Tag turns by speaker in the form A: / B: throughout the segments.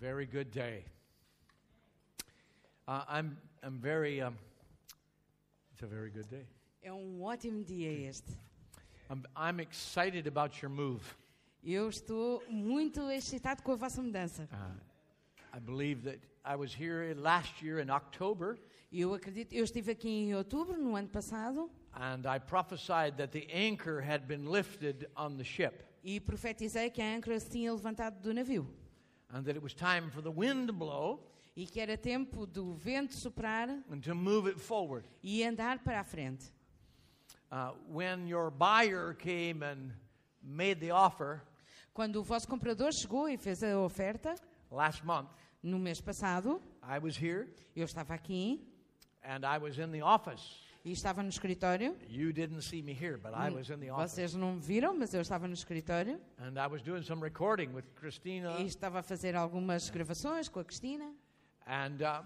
A: very good day. Uh, I'm, I'm very, um, it's a very good day.
B: É um ótimo dia este.
A: I'm, I'm excited about your move.
B: Eu estou muito excitado com a vossa mudança.
A: I believe that I was here last year in October,
B: Eu acredito, eu estive aqui em outubro no ano passado
A: and I prophesied that the anchor had been lifted on the ship,
B: e profetizei que a âncora se tinha levantado do navio
A: and that it was time for the wind to blow
B: e que era tempo do vento soprar
A: and to move it forward.
B: e andar para a frente.
A: Uh, when your buyer came and made the offer
B: Quando o vosso comprador chegou e fez a oferta
A: last month,
B: no mês passado,
A: I was here
B: eu estava aqui
A: and I was in the office.
B: e estava no escritório.
A: You didn't see me here, but
B: Mm.
A: I was in the office.
B: Vocês não me viram, mas eu estava no escritório
A: And I was doing some recording with Christina.
B: e estava a fazer algumas gravações com a Cristina.
A: And uh,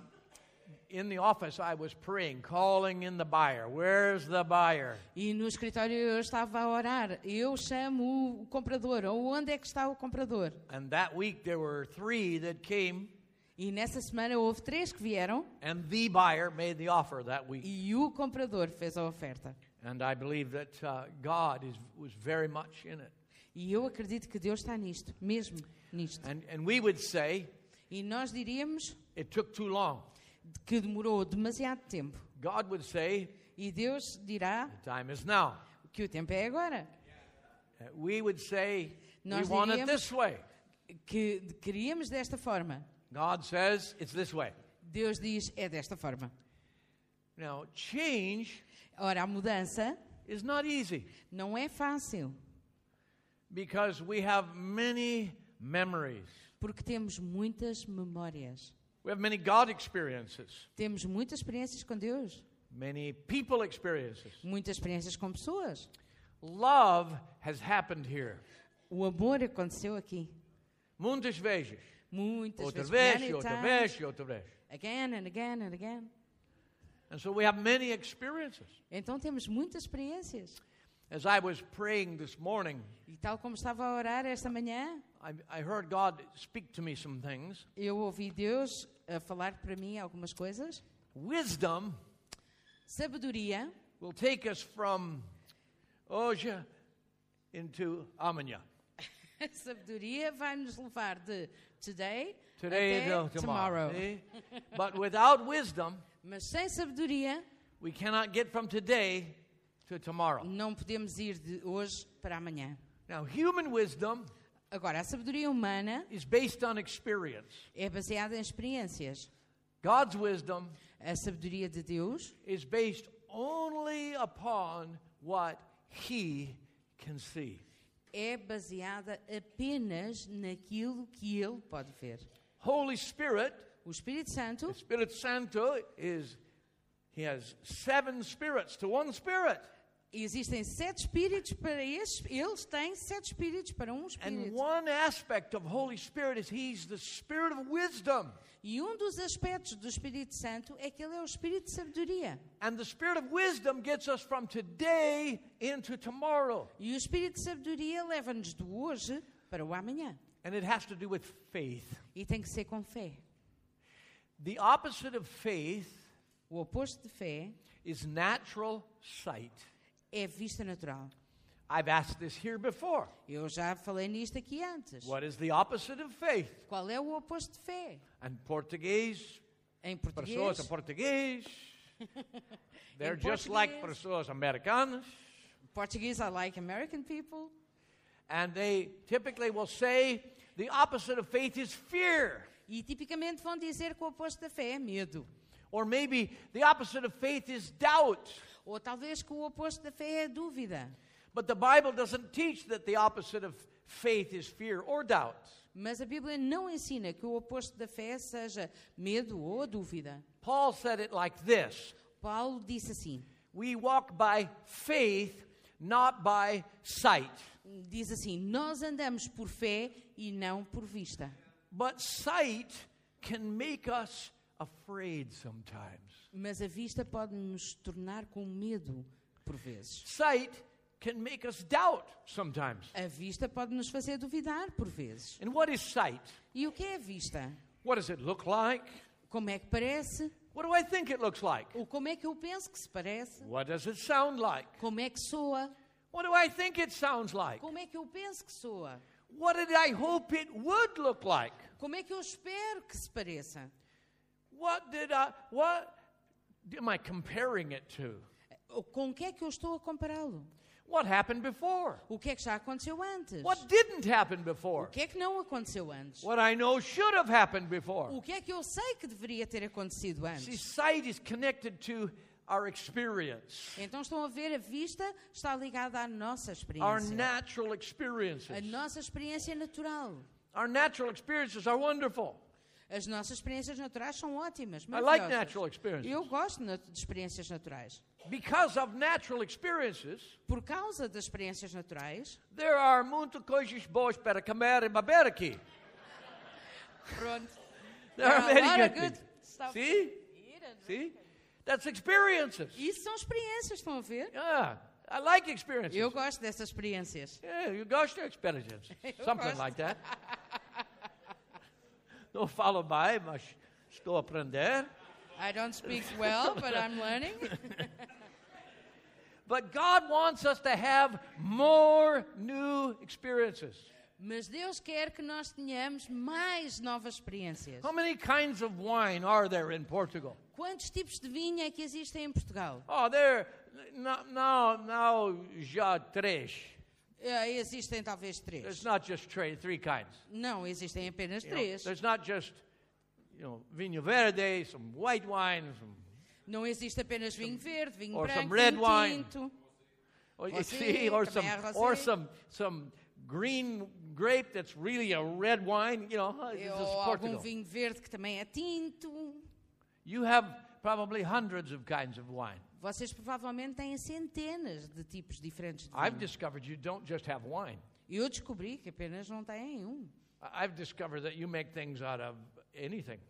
A: in the office, I was praying, calling in the buyer. Where's the buyer?
B: E no escritório eu estava a orar. Eu chamo o comprador. Ou onde é que está o comprador?
A: And that week, there were three that came,
B: E nessa semana houve três que vieram
A: and the buyer made the offer that week.
B: e o comprador fez a oferta.
A: And I believe that uh, God is, was very much in it.
B: E eu acredito que Deus está nisto, mesmo nisto.
A: And, and we would say
B: E nós diríamos
A: it took too long.
B: que demorou demasiado tempo.
A: God would say
B: E Deus dirá
A: the time is now.
B: que o tempo é agora.
A: Uh, We would say we
B: Nós
A: want it
B: diríamos-
A: this way.
B: Que queríamos desta forma.
A: God says it's this way.
B: Deus diz é desta forma.
A: Now, change
B: Ora, a mudança
A: is not easy.
B: não é fácil,
A: Because we have many memories.
B: porque temos muitas memórias.
A: We have many God experiences,
B: Temos muitas experiências com Deus,
A: many people experiences.
B: muitas experiências com pessoas.
A: Love has happened here.
B: O amor aconteceu aqui.
A: Muitas vezes.
B: Muitas
A: Outra
B: vezes.
A: vez,
B: many
A: e outra
B: times,
A: vez, e outra vez.
B: Again and again and again.
A: And so we have many experiences.
B: Então temos muitas experiências.
A: As I was praying this morning,
B: E tal como estava a orar esta manhã,
A: I, I heard God speak to me some things.
B: eu ouvi Deus a falar para mim algumas coisas.
A: Wisdom
B: Sabedoria
A: will take us from Oja into Amanya.
B: A sabedoria vai nos levar de today,
A: Today
B: até
A: till tomorrow.
B: tomorrow.
A: See? But without wisdom,
B: Mas sem sabedoria
A: We cannot get from today to tomorrow.
B: não podemos ir de hoje para amanhã.
A: Now, human wisdom
B: Agora, a sabedoria humana
A: is based on experience.
B: é baseada em experiências.
A: God's wisdom
B: A sabedoria de Deus
A: is based only upon what He can see.
B: é baseada apenas naquilo que ele pode ver.
A: Holy Spirit,
B: O Espírito Santo,
A: the Spirit Santo, is He has seven spirits to one spirit,
B: existem sete espíritos para estes, eles têm sete espíritos para um
A: and
B: espírito.
A: one aspect of Holy Spirit is He's the Spirit of wisdom,
B: E um dos aspectos do Espírito Santo é que ele é o espírito de sabedoria.
A: and the Spirit of wisdom gets us from today into tomorrow.
B: E o espírito de sabedoria leva-nos do hoje para o amanhã.
A: And it has to do with faith.
B: E tem que ser com fé.
A: The opposite of faith
B: O oposto de fé
A: is natural sight.
B: é vista natural.
A: I've asked this here before.
B: Eu já falei nisto aqui antes.
A: What is the opposite of faith?
B: Qual é o oposto de fé?
A: And Portuguese,
B: Em
A: pessoas
B: português,
A: Portuguese, they're
B: In
A: just like
B: Portuguese.
A: pessoas americanas.
B: Portuguese are like American people.
A: And they typically will say the opposite of faith is fear.
B: E tipicamente vão dizer que o oposto da fé é medo.
A: Or maybe the opposite of faith is doubt.
B: Ou talvez que o oposto da fé é dúvida.
A: But the Bible doesn't teach that the opposite of faith is fear or doubt.
B: Mas a Bíblia não ensina que o oposto da fé seja medo ou dúvida.
A: Paul said it like this
B: Paulo disse assim:
A: We walk by faith, not by sight.
B: diz assim: Nós andamos por fé e não por vista.
A: But sight can make us afraid sometimes.
B: Mas a vista pode nos tornar com medo, por vezes.
A: Sight can make us doubt sometimes.
B: A vista pode nos fazer duvidar, por vezes.
A: And what is sight?
B: E o que é a vista?
A: What does it look like?
B: Como é que parece?
A: What do I think it looks like?
B: Ou como é que eu penso que se parece?
A: What does it sound like?
B: Como é que soa?
A: What do I think it sounds like?
B: Como é que eu penso que soa?
A: What did I hope it would look like?
B: Como é que eu espero que se pareça?
A: What did I, what am I comparing it to?
B: Ou Com o que é que eu estou a compará-lo?
A: What happened before?
B: O que é que já aconteceu antes?
A: What didn't happen
B: O
A: before?
B: que é que não aconteceu antes?
A: What I know should have happened before.
B: O que é que eu sei que deveria ter acontecido
A: See,
B: antes?
A: sight is connected to our experience,
B: Então estão a ver, a vista está ligada à nossa
A: our
B: experiência.
A: natural
B: A
A: experiences.
B: nossa experiência natural.
A: Our natural experiences are wonderful.
B: As nossas experiências naturais são ótimas.
A: I like
B: maravilhosas.
A: natural experiences.
B: Eu gosto na- de experiências naturais.
A: Because of natural experiences,
B: Por causa das experiências naturais.
A: there are muito coisas boas para comer e beber aqui.
B: Pronto.
A: There are
B: There are a
A: many
B: lot
A: Tá, good things.
B: of good stuff.
A: See? See? That's experiences.
B: Isso são experiências, estão a ver?
A: Yeah. I like experiences.
B: Eu gosto dessas experiências.
A: Yeah, you gosh, your experiences.
B: Eu
A: Something
B: gosto.
A: like that. Não falo bem, mas estou a aprender.
B: I don't speak well, but I'm learning.
A: But God wants us to have more new experiences.
B: Mas Deus quer que nós tenhamos mais novas experiências.
A: How many kinds of wine are there in Portugal?
B: Quantos tipos de vinho é que existem em Portugal?
A: Oh, there now now now já três.
B: Eh, existem talvez
A: There's
B: três.
A: not just tre- three kinds.
B: Não, existem apenas
A: you know.
B: três.
A: there's not just you know vinho verde, some white wine, some
B: Não existe apenas vinho verde, vinho
A: or
B: branco,
A: some red
B: vinho
A: wine.
B: tinto.
A: or, you
B: Rosé,
A: see, or some
B: Cabernet
A: or
B: Rosé.
A: some some green grape that's really a red wine. You know, huh, this is
B: Ou algum
A: Portugal.
B: vinho verde que também é tinto.
A: You have probably hundreds of kinds of wine.
B: Vocês provavelmente têm centenas de tipos diferentes de
A: I've
B: vinho.
A: discovered you don't just have wine.
B: Eu descobri que apenas não têm um.
A: I- I've discovered that you make things out of anything.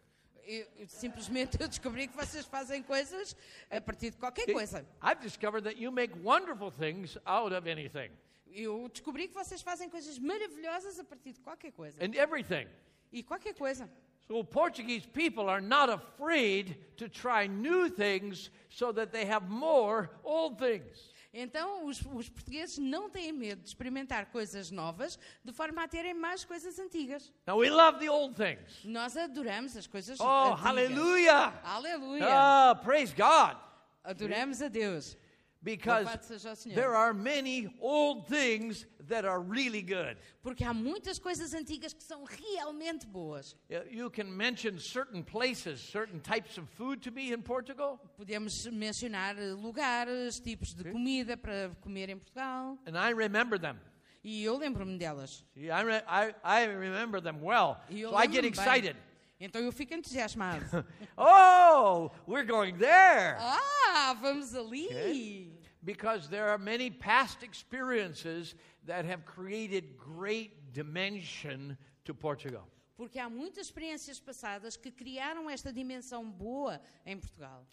B: Eu, eu simplesmente eu descobri que vocês fazem coisas a partir de qualquer
A: See,
B: coisa.
A: I've discovered that you make wonderful things out of anything
B: Eu descobri que vocês fazem coisas maravilhosas a partir de qualquer coisa.
A: and everything.
B: E qualquer coisa.
A: So Portuguese people are not afraid to try new things so that they have more old things.
B: Então, os, os portugueses não têm medo de experimentar coisas novas, de forma a terem mais coisas antigas.
A: Now we love the old things.
B: Nós adoramos as coisas
A: Oh,
B: antigas.
A: hallelujah!
B: Aleluia!
A: Ah, praise God!
B: Adoramos a Deus.
A: Because
B: Louvado seja o Senhor.
A: there are many old things that are really good.
B: Porque há muitas coisas antigas que são realmente boas.
A: Uh, You can mention certain places, certain types of food to me in Portugal,
B: Podemos mencionar eh, lugares, tipos de comida para comer em Portugal.
A: and I remember them.
B: E eu lembro-me delas.
A: See, I, re- I, I remember them well,
B: E eu
A: so I get
B: lembro-me bem.
A: excited.
B: Então eu fico entusiasmado.
A: oh, we're going there!
B: ah, vamos ali!
A: Because there are many past experiences that have created great dimension to Portugal.
B: Porque há muitas experiências passadas que criaram esta dimensão boa em Portugal.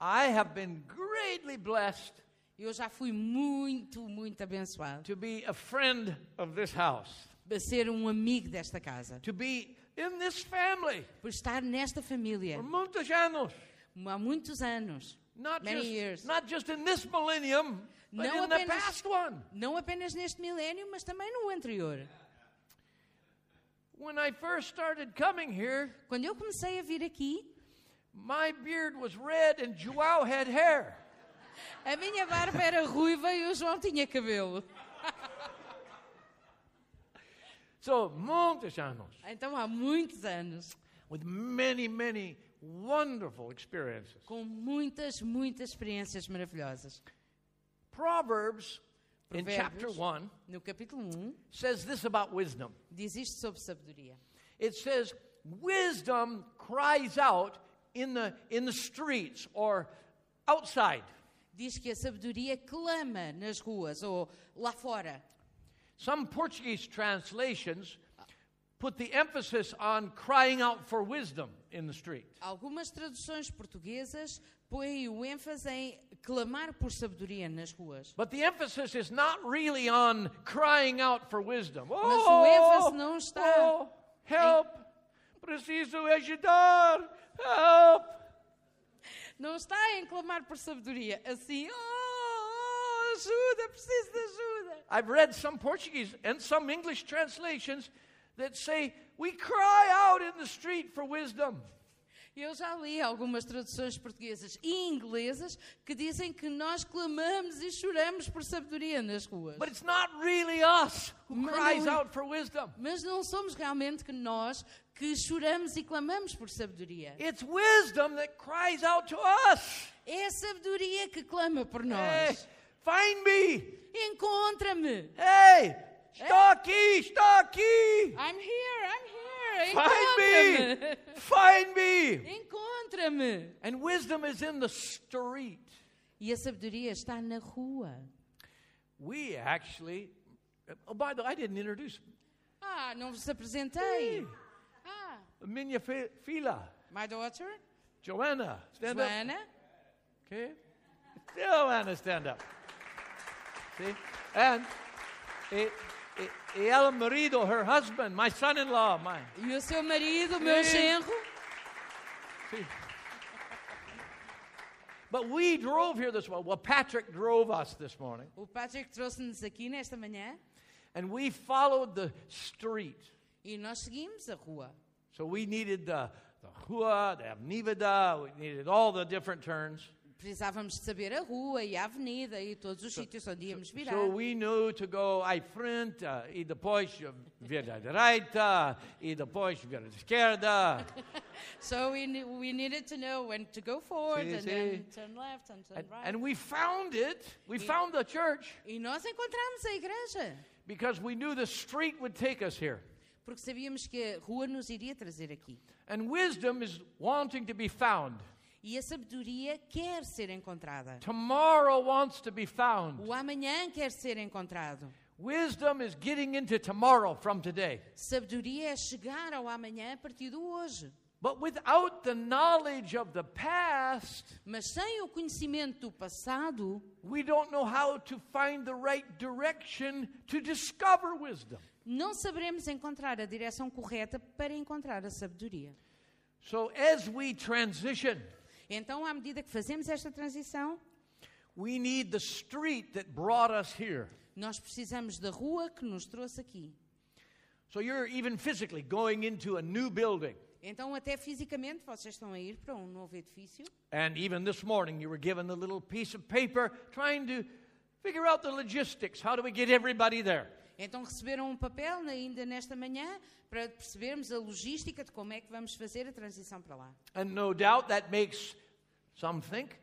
A: I have been greatly blessed
B: Eu já fui muito, muito abençoado
A: to be a friend of this house,
B: para ser um amigo desta casa,
A: to be in this family
B: por estar nesta família
A: for muchos anos.
B: há muitos anos.
A: Not
B: Many
A: just,
B: years.
A: not just in this millennium, but
B: Não
A: in the
B: apenas-
A: past one.
B: Não apenas neste milénio, mas também no anterior.
A: When I first started coming here,
B: Quando eu comecei a vir aqui,
A: my beard was red and Joao had hair.
B: a minha barba era ruiva e o João tinha cabelo.
A: So, muchos anos,
B: Então há muitos anos,
A: with many, many wonderful experiences.
B: com muitas, muitas experiências maravilhosas.
A: Proverbs in
B: Provérbios.
A: chapter 1
B: No capítulo 1,
A: says this about wisdom.
B: diz isto sobre sabedoria.
A: It says, Wisdom cries out in the, in the streets or outside.
B: Diz que a sabedoria clama nas ruas ou lá fora.
A: Some Portuguese translations put the emphasis on crying out for wisdom in the street.
B: Algumas traduções portuguesas põem o ênfase em clamar por sabedoria nas ruas.
A: But the emphasis is not really on crying out for wisdom.
B: o ênfase não está
A: oh, help! Preciso ajudar. Help.
B: Não está em clamar por sabedoria, assim, oh, oh, ajuda, preciso de ajuda.
A: I've read some Portuguese and some English translations that say we cry out in the street for wisdom.
B: Eu já li algumas traduções portuguesas e inglesas que dizem que nós clamamos e choramos por sabedoria nas ruas.
A: But it's not really us who
B: Mas
A: cries
B: não é-
A: out for wisdom.
B: Mas não somos realmente que nós que choramos e clamamos por sabedoria.
A: It's wisdom that cries out to us.
B: É a sabedoria que clama por
A: Hey,
B: nós.
A: find me.
B: Encontra-me.
A: Hey, estou aqui, estou aqui.
B: I'm here, I'm here.
A: Find me.
B: Encontra-me.
A: Find me.
B: Encontra-me.
A: And wisdom is in the street.
B: E a sabedoria está na rua.
A: We actually, oh, by the way, I didn't introduce
B: Ah, não vos apresentei.
A: Ui.
B: Ah,
A: Minya Fe- Fila,
B: my daughter,
A: Joanna. Stand up.
B: Joana.
A: Okay? Joanna, stand up. See? And e, e, e ela marido, her husband, my son in law, my.
B: E o seu marido, o meu
A: Sim.
B: genro.
A: See? But we drove here this morning. Well, Patrick drove us this morning,
B: O Patrick trouxe-nos aqui nesta manhã
A: and we followed the street.
B: e nós seguimos a rua.
A: So we needed the, the Hua, the Avnivada, we needed all the different turns.
B: Precisávamos de saber a rua e a avenida e todos os sítios onde íamos virar.
A: So we knew to go à frente uh, e depois vir à direita e depois vir à esquerda.
B: So we, ne- we needed to know when to go forward
A: Sim,
B: and
A: sim.
B: then turn left and turn
A: And,
B: right.
A: and we found it. We found the church
B: E nós encontramos a igreja,
A: because we knew the street would take us here.
B: porque sabíamos que a rua nos iria trazer aqui.
A: And wisdom is wanting to be found.
B: E a sabedoria quer ser encontrada.
A: Tomorrow wants to be found.
B: O amanhã quer ser encontrado.
A: Wisdom is getting into tomorrow from today.
B: Sabedoria é chegar ao amanhã a partir do hoje.
A: But without the knowledge of the past,
B: Mas sem o conhecimento do passado,
A: we don't know how to find the right direction to discover wisdom.
B: não saberemos encontrar a direção correta para encontrar a sabedoria.
A: So as we transition,
B: Então, à medida que fazemos esta transição,
A: we need the street that brought us here.
B: nós precisamos da rua que nos trouxe aqui.
A: So you're even physically going into a new building.
B: Então, até fisicamente, vocês estão a ir para um novo edifício.
A: And even this morning, you were given a little piece of paper trying to figure out the logistics. How do we get everybody there?
B: Então, receberam um papel ainda nesta manhã para percebermos a logística de como é que vamos fazer a transição para lá.
A: And no doubt that makes some think,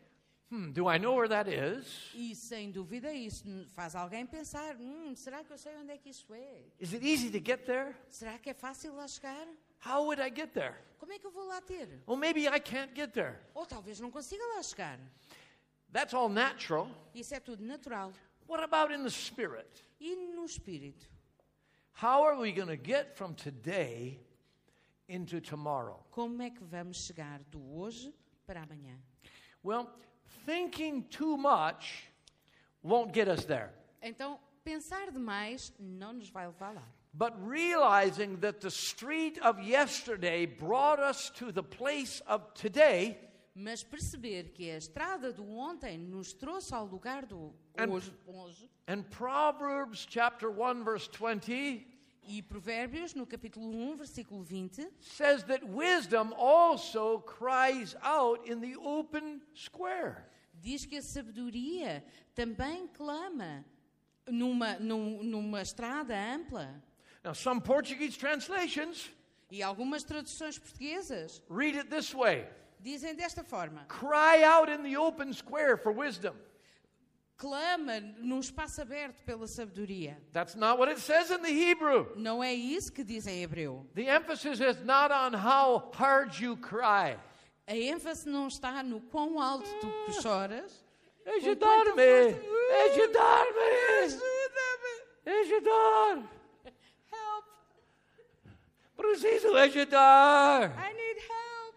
A: hmm, do I know where that is?
B: E, sem dúvida, isso n- faz alguém pensar: hum, será que eu sei onde é que isso é?
A: Is it easy to get there?
B: Será que é fácil lá chegar?
A: How would I get there?
B: Como é que eu vou lá ter?
A: Well, maybe I can't get there.
B: Ou talvez não consiga lá chegar.
A: That's all natural.
B: Isso é tudo natural.
A: What about in the spirit?
B: E no espírito?
A: How are we going to get from today into tomorrow?
B: Como é que vamos chegar do hoje para amanhã?
A: Well, thinking too much won't get us there.
B: Então, pensar demais não nos vai levar lá.
A: But realizing that the street of yesterday brought us to the place of today
B: Mas perceber que a estrada do ontem nos trouxe ao lugar do
A: And-
B: hoje, hoje.
A: and Proverbs chapter 1 verse 20
B: E Provérbios, no capítulo 1, versículo 20,
A: says that wisdom also cries out in the open square.
B: diz que a sabedoria também clama numa, num- numa estrada ampla.
A: Now some Portuguese translations
B: E algumas traduções portuguesas
A: read it this way.
B: dizem desta forma:
A: Cry out in the open square for wisdom.
B: clama num espaço aberto pela sabedoria.
A: That's not what it says in the Hebrew.
B: Não é isso que diz em hebreu.
A: The emphasis is not on how hard you cry.
B: A ênfase não está no quão alto tu que choras.
A: Ajudar-me! Ajudar-me! Ajuda-me! Ajudar!
B: Help!
A: Preciso ajudar!
B: I need help!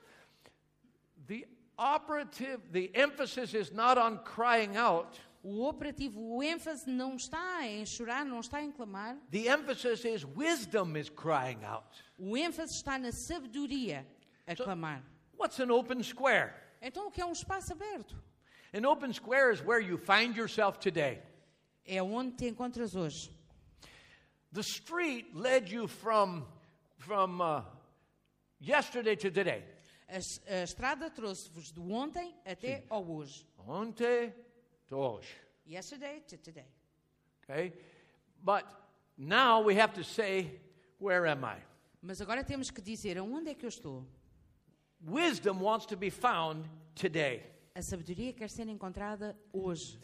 A: The operative, the emphasis is not on crying out,
B: o operativo, o ênfase não está em chorar, não está em clamar.
A: The emphasis is wisdom is crying out.
B: O ênfase está na sabedoria a
A: So-
B: clamar.
A: What's an open square?
B: Então, o que é um espaço aberto?
A: An open square is where you find yourself today.
B: É onde te encontras hoje.
A: The street led you from, from uh, yesterday to today.
B: A, es- a estrada trouxe-vos de ontem até ao hoje.
A: Onte tosh.
B: Yesterday to today.
A: Okay? But now we have to say, Where am I?
B: Mas agora temos que dizer aonde é que eu estou.
A: Wisdom wants to be found today.
B: A sabedoria quer ser encontrada hoje.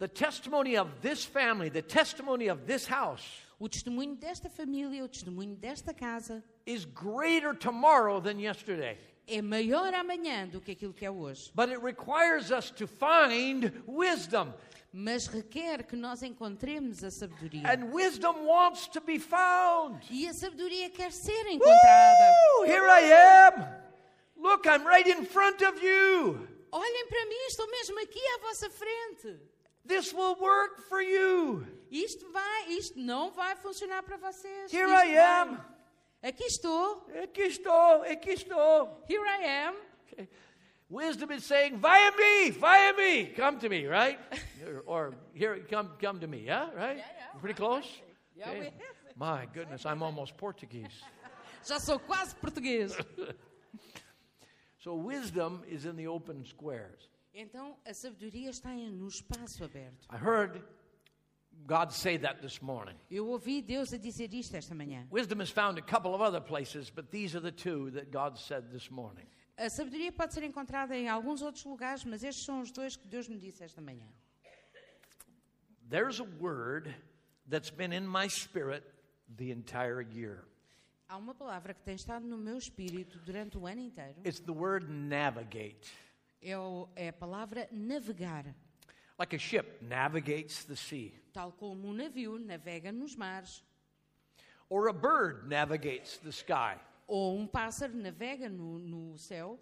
A: The testimony of this family, the testimony of this house,
B: O testemunho desta família, o testemunho desta casa
A: is greater tomorrow than yesterday.
B: é maior amanhã do que aquilo que é hoje.
A: But it requires us to find wisdom.
B: Mas requer que nós encontremos a sabedoria.
A: And wisdom wants to be found.
B: E a sabedoria quer ser encontrada.
A: Woo! Here I am. Look, I'm right in front of you.
B: Olhem para mim, estou mesmo aqui à vossa frente.
A: This will work for you.
B: Isto vai, isto não vai funcionar para vocês.
A: Here
B: Isto
A: I
B: vai.
A: am.
B: Aqui estou.
A: Aqui estou, aqui estou.
B: Here I am.
A: Okay. Wisdom is saying, "Via me, via me, come to me," right? or, or, here, come, come to me, yeah, right? Pretty close.
B: Yeah, we-
A: My goodness, I'm almost Portuguese.
B: Já sou quase português.
A: so wisdom is in the open squares.
B: Então a sabedoria está em- no espaço aberto.
A: I heard God say that this morning.
B: Eu ouvi Deus a dizer isto esta manhã.
A: Wisdom is found a couple of other places, but these are the two that God said this morning.
B: A sabedoria pode ser encontrada em alguns outros lugares, mas estes são os dois que Deus me disse esta manhã.
A: There's a word that's been in my spirit the entire year.
B: Há uma palavra que tem estado no meu espírito durante o ano inteiro.
A: It's the word navigate.
B: É, o- é a palavra navegar.
A: Like a ship navigates the sea.
B: Tal como um navio navega nos mares,
A: or a bird navigates the sky.
B: ou um pássaro navega no, no céu,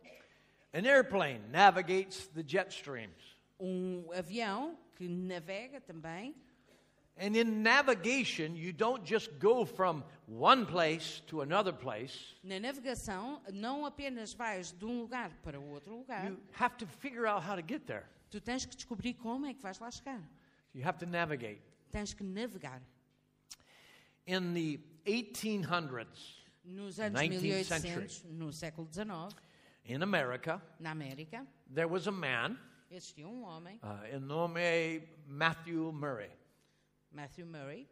A: An airplane navigates the jet streams.
B: um avião que navega também.
A: And in navigation, you don't just go from one place to another place.
B: Na navegação, não apenas vais de um lugar para o outro lugar,
A: You have to figure out how to get there.
B: tu tens que descobrir como é que vais lá chegar.
A: You have to navigate.
B: Tens que navegar.
A: In the 1800s,
B: Nos anos
A: 19th
B: 1800, no século XIX,
A: in America,
B: na América,
A: there was a man,
B: existia um homem,
A: uh, in nome Matthew Murray,
B: Matthew Murray,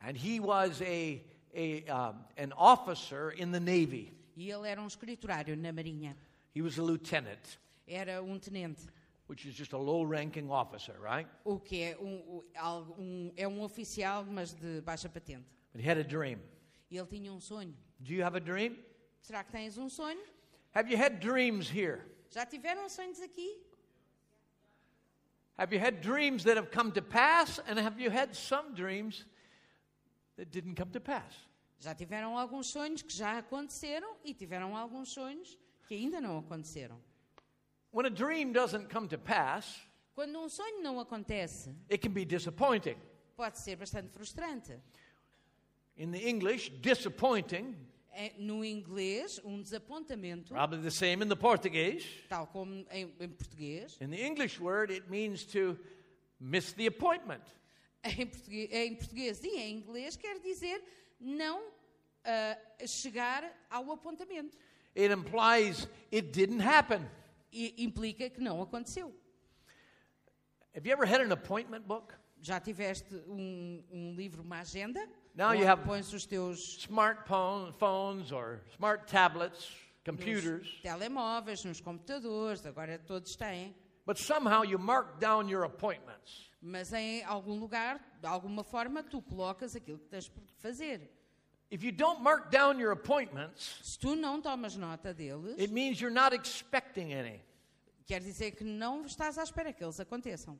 A: and he was a, a, um, an officer in the Navy.
B: e ele era um escriturário na Marinha.
A: He was a lieutenant,
B: Era um tenente,
A: which is just a low ranking officer, right?
B: o que é um, o- algo- um- é um oficial, mas de baixa patente.
A: But he had a dream.
B: E ele tinha um sonho.
A: Do you have a dream?
B: Será que tens um sonho?
A: Have you had dreams here?
B: Já tiveram sonhos aqui?
A: Have you had dreams that have come to pass? And have you had some dreams that didn't come to pass?
B: Já tiveram alguns sonhos que já aconteceram e tiveram alguns sonhos que ainda não aconteceram.
A: When a dream doesn't come to pass,
B: Quando um sonho não acontece,
A: it can be disappointing.
B: pode ser bastante frustrante.
A: In the English, disappointing,
B: É, No inglês, um desapontamento,
A: probably the same in the Portuguese.
B: tal como em, em português.
A: In the English word, it means to miss the appointment.
B: Em, português, em português e em inglês quer dizer não ah, chegar ao apontamento.
A: It implies it didn't happen.
B: E implica que não aconteceu.
A: Have you ever had an appointment book?
B: Já tiveste um, um livro, uma agenda,
A: Now
B: onde
A: you have-
B: pões os teus
A: Smartphone, phones or smart tablets, computers.
B: nos telemóveis, nos computadores, agora todos têm.
A: But somehow you mark down your appointments.
B: Mas em algum lugar, de alguma forma, tu colocas aquilo que tens por fazer.
A: If you don't mark down your appointments,
B: Se tu não tomas nota deles,
A: it means you're not expecting any.
B: quer dizer que não estás à espera que eles aconteçam.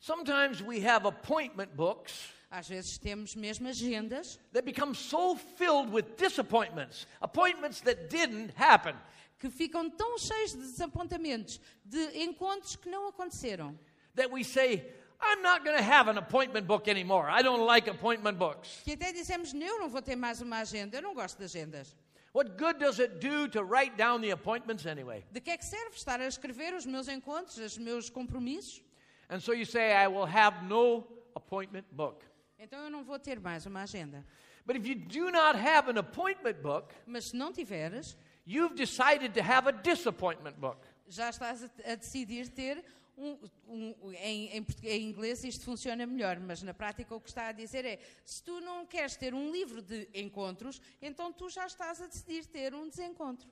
A: Sometimes we have appointment books
B: Às vezes temos mesmo agendas
A: that become so filled with disappointments, appointments that didn't happen.
B: que ficam tão cheias de desapontamentos, de encontros que não aconteceram.
A: that we say, I'm not going to have an appointment book anymore. I don't like appointment books.
B: Que até dissemos, eu não vou ter mais uma agenda, eu não gosto de agendas.
A: What good does it do to write down the appointments anyway?
B: De que é que serve estar a escrever os meus encontros, os meus compromissos?
A: And so you say, I will have no appointment book.
B: Então eu não vou ter mais uma agenda.
A: But if you do not have an appointment book,
B: Mas se não tiveres,
A: you've decided to have a disappointment book.
B: já estás a, a decidir ter um, um- em, em, portu- em inglês isto funciona melhor, mas na prática o que está a dizer é se tu não queres ter um livro de encontros, então tu já estás a decidir ter um desencontro.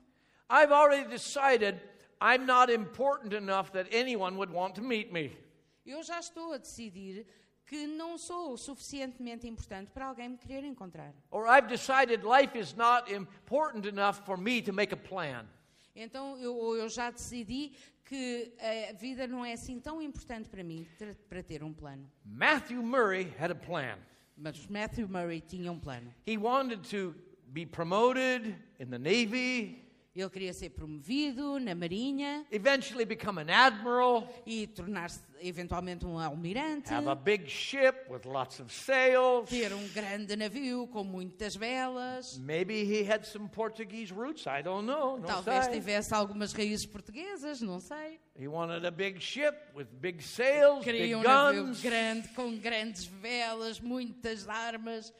A: I've already decided I'm not important enough that anyone would want to meet me.
B: Eu já estou a decidir que não sou suficientemente importante para alguém me querer encontrar.
A: Or I've decided life is not important enough for me to make a plan.
B: Então eu, ou eu já decidi que a vida não é assim tão importante para mim ter- para ter um plano.
A: Matthew Murray had a plan.
B: Mas Matthew Murray tinha um plano.
A: He wanted to be promoted in the Navy,
B: Ele queria ser promovido na Marinha
A: eventually become an admiral,
B: e tornar-se eventualmente um almirante,
A: have a big ship with lots of sails.
B: ter um grande navio com muitas velas.
A: Maybe he had some Portuguese roots. I don't know. No
B: Talvez
A: sei.
B: tivesse algumas raízes portuguesas, não sei.
A: He wanted a big ship with big sails,
B: Queria
A: big
B: um navio
A: guns.
B: grande, com grandes velas, muitas armas.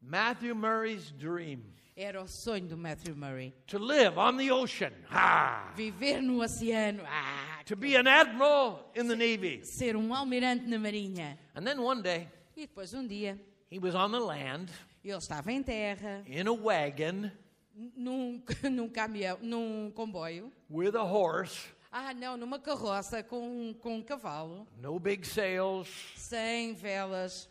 A: Matthew Murray's dream
B: Era o sonho do Matthew Murray.
A: to live on the ocean. Ha!
B: Viver no oceano. Ah,
A: To be an admiral in the Navy.
B: ser um almirante na marinha.
A: And then one day,
B: E depois um dia,
A: he was on the land
B: ele estava em terra,
A: in a wagon
B: num, num caminhão, num comboio.
A: with a horse,
B: Ah, não, numa carroça com, um- com um cavalo,
A: no big sails,
B: sem velas,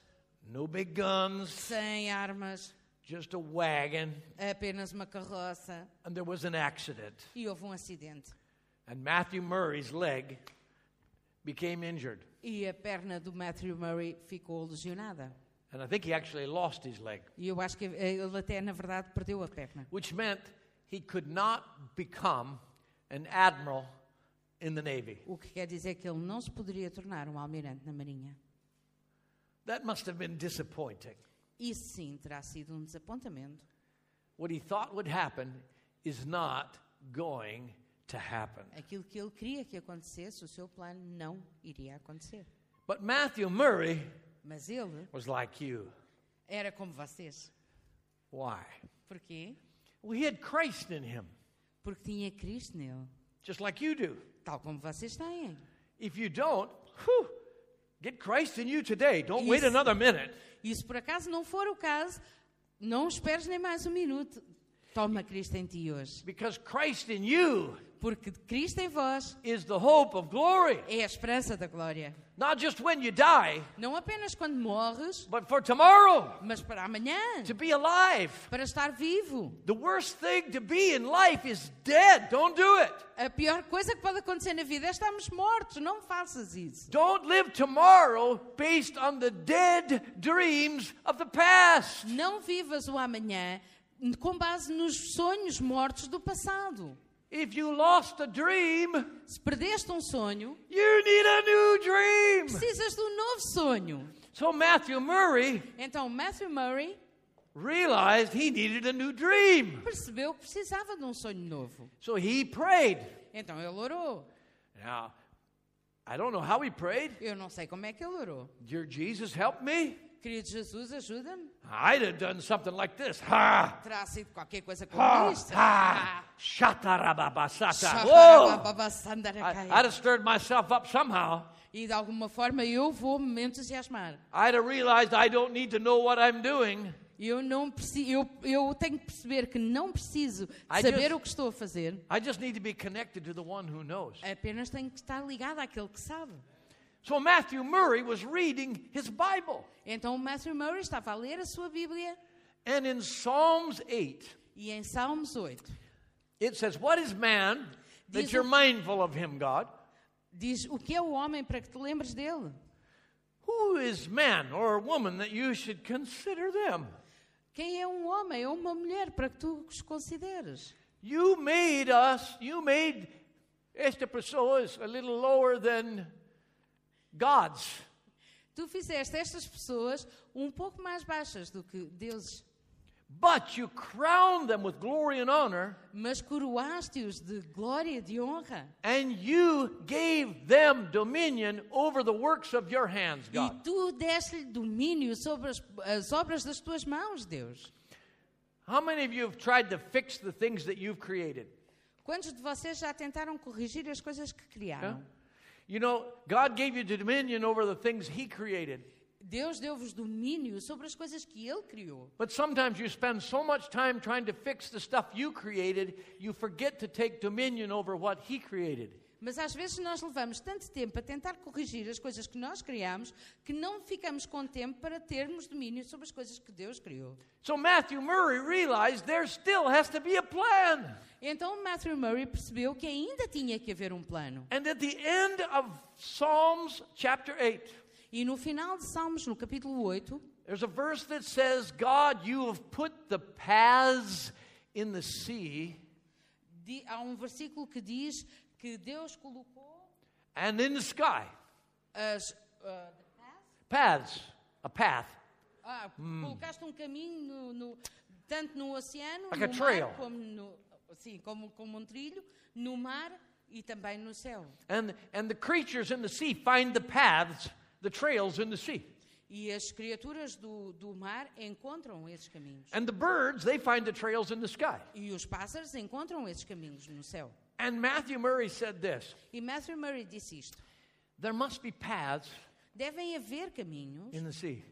A: no big guns,
B: sem armas,
A: just a wagon.
B: apenas uma carroça.
A: And there was an accident,
B: E houve um acidente.
A: and Matthew Murray's leg became injured.
B: E a perna do Matthew Murray ficou lesionada.
A: And I think he actually lost his leg,
B: E eu acho que eh, ele até, na verdade, perdeu a perna.
A: which meant he could not become an admiral in the Navy.
B: O que quer dizer que ele não se poderia tornar um almirante na Marinha.
A: That must have been disappointing.
B: Isso sim terá sido um desapontamento.
A: What he thought would happen is not going to happen.
B: Aquilo que ele queria que acontecesse, o seu plano não iria acontecer.
A: But Matthew Murray
B: Mas ele
A: was like you.
B: era como vocês.
A: Why?
B: Porquê?
A: Well, he had Christ in him,
B: Porque tinha Cristo nele,
A: just like you do.
B: tal como vocês têm.
A: If you don't, whew, get Christ in you today. Don't wait
B: Yes.
A: another minute.
B: E se por acaso não for o caso, não esperes nem mais um minuto. Toma Cristo em ti hoje.
A: Because Christ in you
B: Porque Cristo em vós
A: is the hope of glory.
B: é a esperança da glória.
A: Not just when you die,
B: Não apenas quando morres,
A: but for tomorrow,
B: mas para amanhã,
A: to be alive.
B: para estar vivo.
A: The worst thing to be in life is dead. Don't do it.
B: A pior coisa que pode acontecer na vida é estarmos mortos. Não faças isso.
A: Don't live tomorrow based on the dead dreams of the past.
B: Não vivas o amanhã com base nos sonhos mortos do passado.
A: If you lost a dream,
B: Se perdeste um sonho,
A: you need a new dream.
B: precisas de um novo sonho.
A: So Matthew Murray
B: Então Matthew Murray
A: realized he needed a new dream.
B: percebeu que precisava de um sonho novo.
A: So he prayed.
B: Então ele orou.
A: Now, I don't know how he prayed.
B: Eu não sei como é que ele orou.
A: Dear Jesus, help me.
B: Querido Jesus, ajuda-me.
A: I'd have done something like this. Ha!
B: Terá sido qualquer coisa como
A: Ha!
B: isto.
A: Ha! Shatarababasata. Whoa! I- I'd
B: Shabarabababassandarakaia.
A: have stirred myself up somehow.
B: E de alguma forma eu vou me entusiasmar.
A: I'd have realized I don't need to know what I'm doing.
B: Eu, não preci eu, eu tenho que perceber que não preciso de
A: I
B: saber
A: just-
B: o que estou a fazer.
A: I just need to be connected to the one who knows.
B: Apenas tenho que estar ligado àquele que sabe.
A: So Matthew Murray was reading his Bible.
B: Então o Matthew Murray estava a ler a sua Bíblia
A: And in Psalms 8,
B: e em Salmos 8
A: it says, What is man that
B: Diz
A: you're
B: o-
A: mindful of him, God?
B: diz o que é o homem para que te lembres dele?
A: Who is man or woman that you should consider them?
B: Quem é um homem ou uma mulher para que tu os consideres?
A: You made us, you made esta pessoas a little lower than gods.
B: Tu fizeste estas pessoas um pouco mais baixas do que deuses,
A: But you crown them with glory and honor,
B: mas coroaste-os de glória e de honra.
A: and you gave them dominion over the works of your hands, God.
B: E tu deste-lhe domínio sobre as, as obras das tuas mãos, Deus.
A: How many of you have tried to fix the things that you've created?
B: Quantos de vocês já tentaram corrigir as coisas que
A: Huh?
B: criaram?
A: You know, God gave you dominion over the things He created.
B: Deus deu-vos domínio sobre as coisas que Ele criou.
A: But sometimes you spend so much time trying to fix the stuff you created, you forget to take dominion over what He created.
B: Mas às vezes nós levamos tanto tempo a tentar corrigir as coisas que nós criamos que não ficamos com tempo para termos domínio sobre as coisas que Deus criou.
A: So Matthew Murray realized there still has to be a plan.
B: Então Matthew Murray percebeu que ainda tinha que haver um plano.
A: And at the end of Psalms chapter 8,
B: E no final de Salmos, no capítulo 8,
A: there's a verse that says, God, you have put the paths in the sea
B: di- há um versículo que diz que Deus colocou
A: and in the sky.
B: as. ah, the path?
A: Paths, a path.
B: Ah,
A: Hmm.
B: Colocaste um caminho no- no- tanto no oceano,
A: Like a
B: no mar,
A: trail.
B: como, no, sim, como, como um trilho, no mar e também no céu.
A: And, and the creatures in the sea find the paths, the trails in the sea.
B: E as criaturas do, do mar encontram esses caminhos.
A: And the birds, they find the trails in the sky.
B: E os pássaros encontram esses caminhos no céu.
A: And Matthew Murray said this
B: E Matthew Murray disse isto:
A: there must be paths
B: devem haver caminhos
A: in the sea.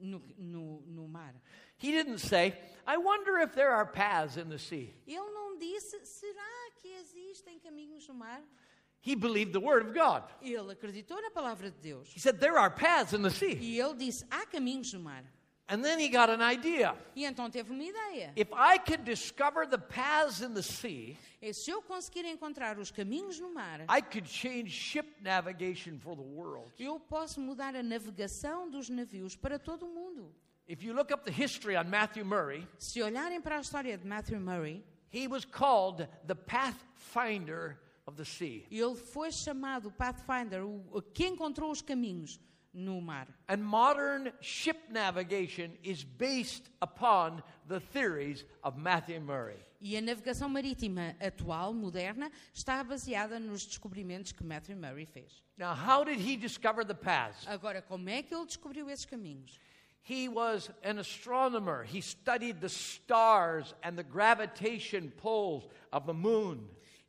B: no, no, no mar.
A: He didn't say, I wonder if there are paths in the sea.
B: Ele não disse: será que existem caminhos no mar?
A: He believed the word of God.
B: Ele acreditou na palavra de Deus.
A: He said, There are paths in the sea.
B: E ele disse: há caminhos no mar.
A: And then he got an idea.
B: E então teve uma ideia.
A: If I could discover the paths in the sea,
B: E "É, se eu conseguir encontrar os caminhos no mar,
A: I could change ship navigation for the world.
B: eu posso mudar a navegação dos navios para todo o mundo.
A: If you look up the history on Matthew Murray,
B: Se olharem para a história de Matthew Murray,
A: he was called the pathfinder of the sea.
B: ele foi chamado Pathfinder, o, o que encontrou os caminhos no mar.
A: And modern ship navigation is based upon the theories of Matthew Murray.
B: E a navegação marítima atual, moderna, está baseada nos descobrimentos que Matthew Murray fez.
A: Now, how did he discover the paths?
B: Agora, como é que ele descobriu esses caminhos?
A: He was an astronomer. He studied the stars and the gravitation poles of the moon.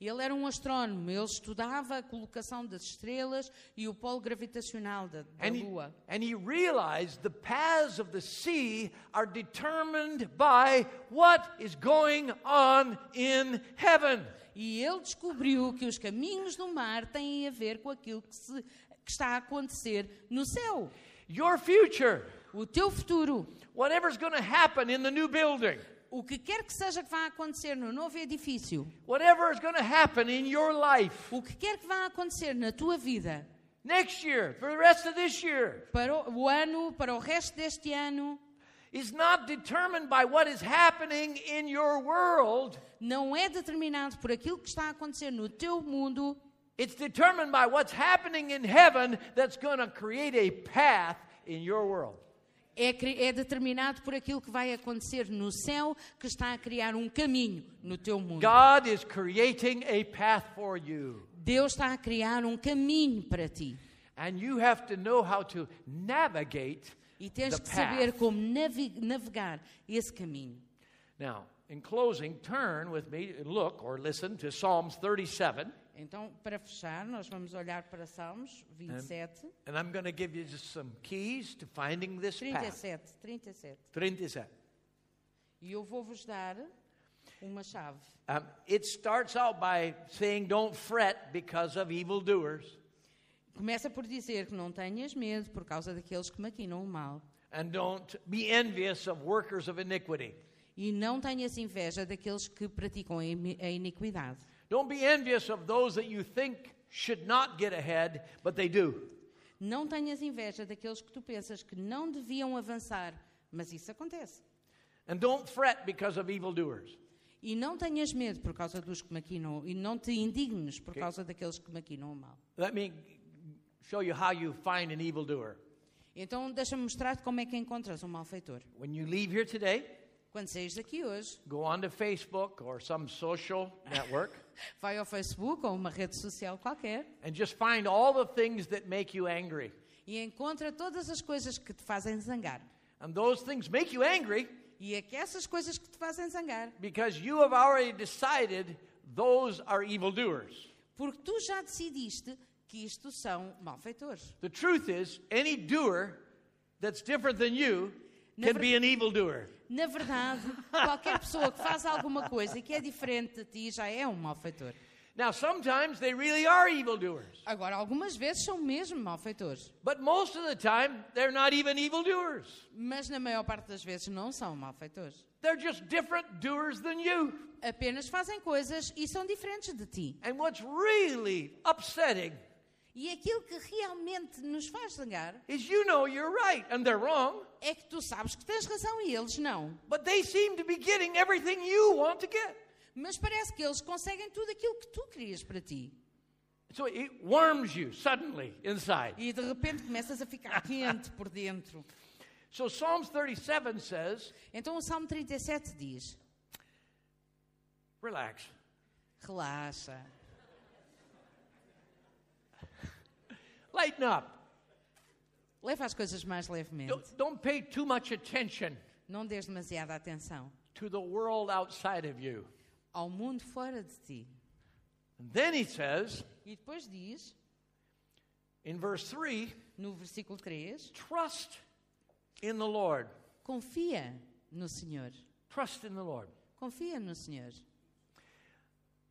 B: Ele era um astrónomo, ele estudava a colocação das estrelas e o polo gravitacional da, da
A: And he,
B: Lua.
A: and he realized the paths of the sea are determined by what is going on in heaven.
B: E ele descobriu que os caminhos no mar têm a ver com aquilo que, se- que está a acontecer no céu.
A: Your future,
B: O teu futuro,
A: whatever's going to happen in the new building,
B: o que quer que seja que vá acontecer no novo edifício,
A: whatever is going to happen in your life
B: o que quer que vá acontecer na tua vida,
A: next year, for the rest of this year,
B: para o, o ano, para o resto deste ano,
A: is not determined by what is happening in your world.
B: não é determinado por aquilo que está a acontecer no teu mundo,
A: It's determined by what's happening in heaven that's going to create a path in your world.
B: é, cri- é determinado por aquilo que vai acontecer no céu, que está a criar um caminho no teu mundo.
A: God is creating a path for you,
B: Deus está a criar um caminho para ti.
A: and you have to know how to navigate
B: E tens
A: the
B: que saber
A: path.
B: como navi- navegar esse caminho.
A: Now, in closing, turn with me and look or listen to Psalms 37,
B: Então, para fechar, nós vamos olhar para Salmos 27,
A: and I'm going to give you just some keys to finding this path.
B: 37, 37.
A: 37.
B: E eu vou-vos dar uma chave.
A: Um, it starts out by saying, Don't fret because of evildoers.
B: Começa por dizer que não tenhas medo por causa daqueles que maquinam o mal.
A: And don't be envious of workers of iniquity.
B: E não tenhas inveja daqueles que praticam a imi- a iniquidade.
A: Don't be envious of those that you think should not get ahead, but they do.
B: Não tenhas inveja daqueles que tu pensas que não deviam avançar, mas isso acontece.
A: And don't fret because of evildoers.
B: E não tenhas medo por causa dos que maquinam, e não te indignes por causa daqueles que maquinam o mal.
A: Let me show you how you find an evildoer.
B: Então deixa-me mostrar-te como é que encontras um malfeitor.
A: When you leave here today,
B: Quando saís daqui hoje,
A: go onto Facebook or some social network
B: vai ao Facebook ou uma rede social qualquer
A: and just find all the things that make you angry.
B: e encontra todas as coisas que te fazem zangar.
A: And those things make you angry
B: E é que essas coisas que te fazem zangar,
A: because you have already decided those are evildoers.
B: porque tu já decidiste que isto são malfeitores.
A: The truth is, any doer that's different than you can
B: Never-
A: be an evildoer.
B: Na verdade, qualquer pessoa que faz alguma coisa que é diferente de ti já é um malfeitor.
A: Now, sometimes they really are evildoers,
B: Agora, algumas vezes são mesmo malfeitores,
A: but most of the time, they're not even evildoers.
B: mas na maior parte das vezes não são malfeitores.
A: They're just different doers than you.
B: Apenas fazem coisas e são diferentes de ti.
A: And what's really upsetting
B: E aquilo que realmente nos faz zangar
A: is you know you're right and they're wrong,
B: é que tu sabes que tens razão e eles não.
A: but they seem to be getting everything you want to get.
B: Mas parece que eles conseguem tudo aquilo que tu querias para ti.
A: So it warms you suddenly inside.
B: E de repente começas a ficar quente por dentro.
A: So Psalms 37 says,
B: Então o Salmo 37 diz:
A: relax.
B: Relaxa,
A: Lighten up.
B: leva as coisas mais levemente.
A: Don't, don't pay too much attention
B: Não dês demasiada atenção
A: to the world outside of you.
B: ao mundo fora de ti.
A: And then he says
B: E depois diz,
A: in verse 3
B: no versículo 3,
A: trust in the Lord.
B: confia no Senhor.
A: Trust in the Lord.
B: Confia no Senhor.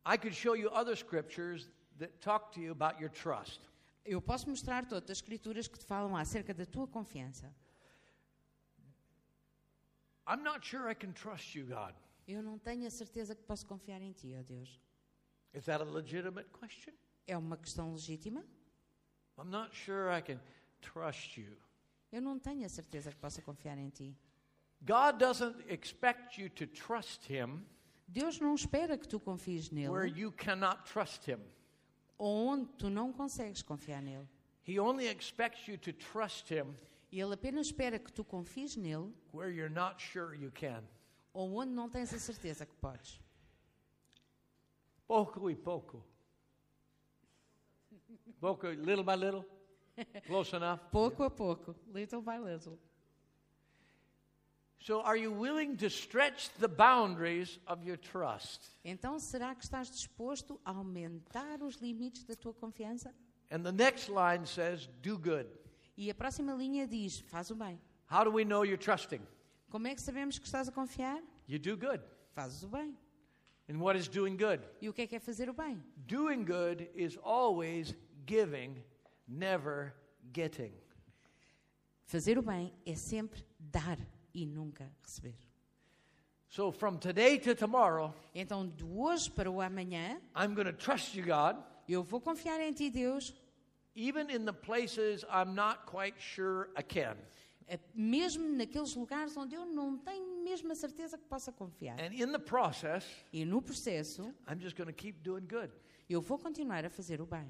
A: I could show you other scriptures that talk to you about your trust.
B: Eu posso mostrar-te outras escrituras que te falam acerca da tua confiança.
A: I'm not sure I can trust you, God.
B: Eu não tenho a certeza que posso confiar em ti, ó Deus.
A: Is that a legitimate question?
B: É uma questão legítima?
A: I'm not sure I can trust you.
B: Eu não tenho a certeza que possa confiar em ti.
A: God doesn't expect you to trust Him
B: Deus não espera que tu confies
A: where
B: nele
A: you cannot trust Him.
B: onde tu não consegues confiar nele.
A: He only expects you to trust Him
B: E ele apenas espera que tu confies nele
A: where you're not sure you can.
B: ou onde não tens a certeza que podes.
A: Poco y poco. Poco, little by little. Close enough.
B: Pouco a pouco, little by little.
A: So, are you willing to stretch the boundaries of your trust?
B: Então, será que estás disposto a aumentar os limites da tua confiança?
A: And the next line says, do good.
B: E a próxima linha diz: faz o bem.
A: How do we know you're trusting?
B: Como é que sabemos que estás a confiar?
A: You do good.
B: Fazes o bem.
A: And what is doing good?
B: E o que é que é fazer o bem?
A: Doing good is always giving, never getting.
B: Fazer o bem é sempre dar e nunca receber.
A: So from today to tomorrow,
B: Então, de hoje para o amanhã,
A: I'm going to trust you, God,
B: eu vou confiar em ti, Deus,
A: even in the places I'm not quite sure I can,
B: eh, mesmo naqueles lugares onde eu não tenho mesmo a certeza que possa confiar.
A: and in the process,
B: E no processo,
A: I'm just going to keep doing good.
B: eu vou continuar a fazer o bem.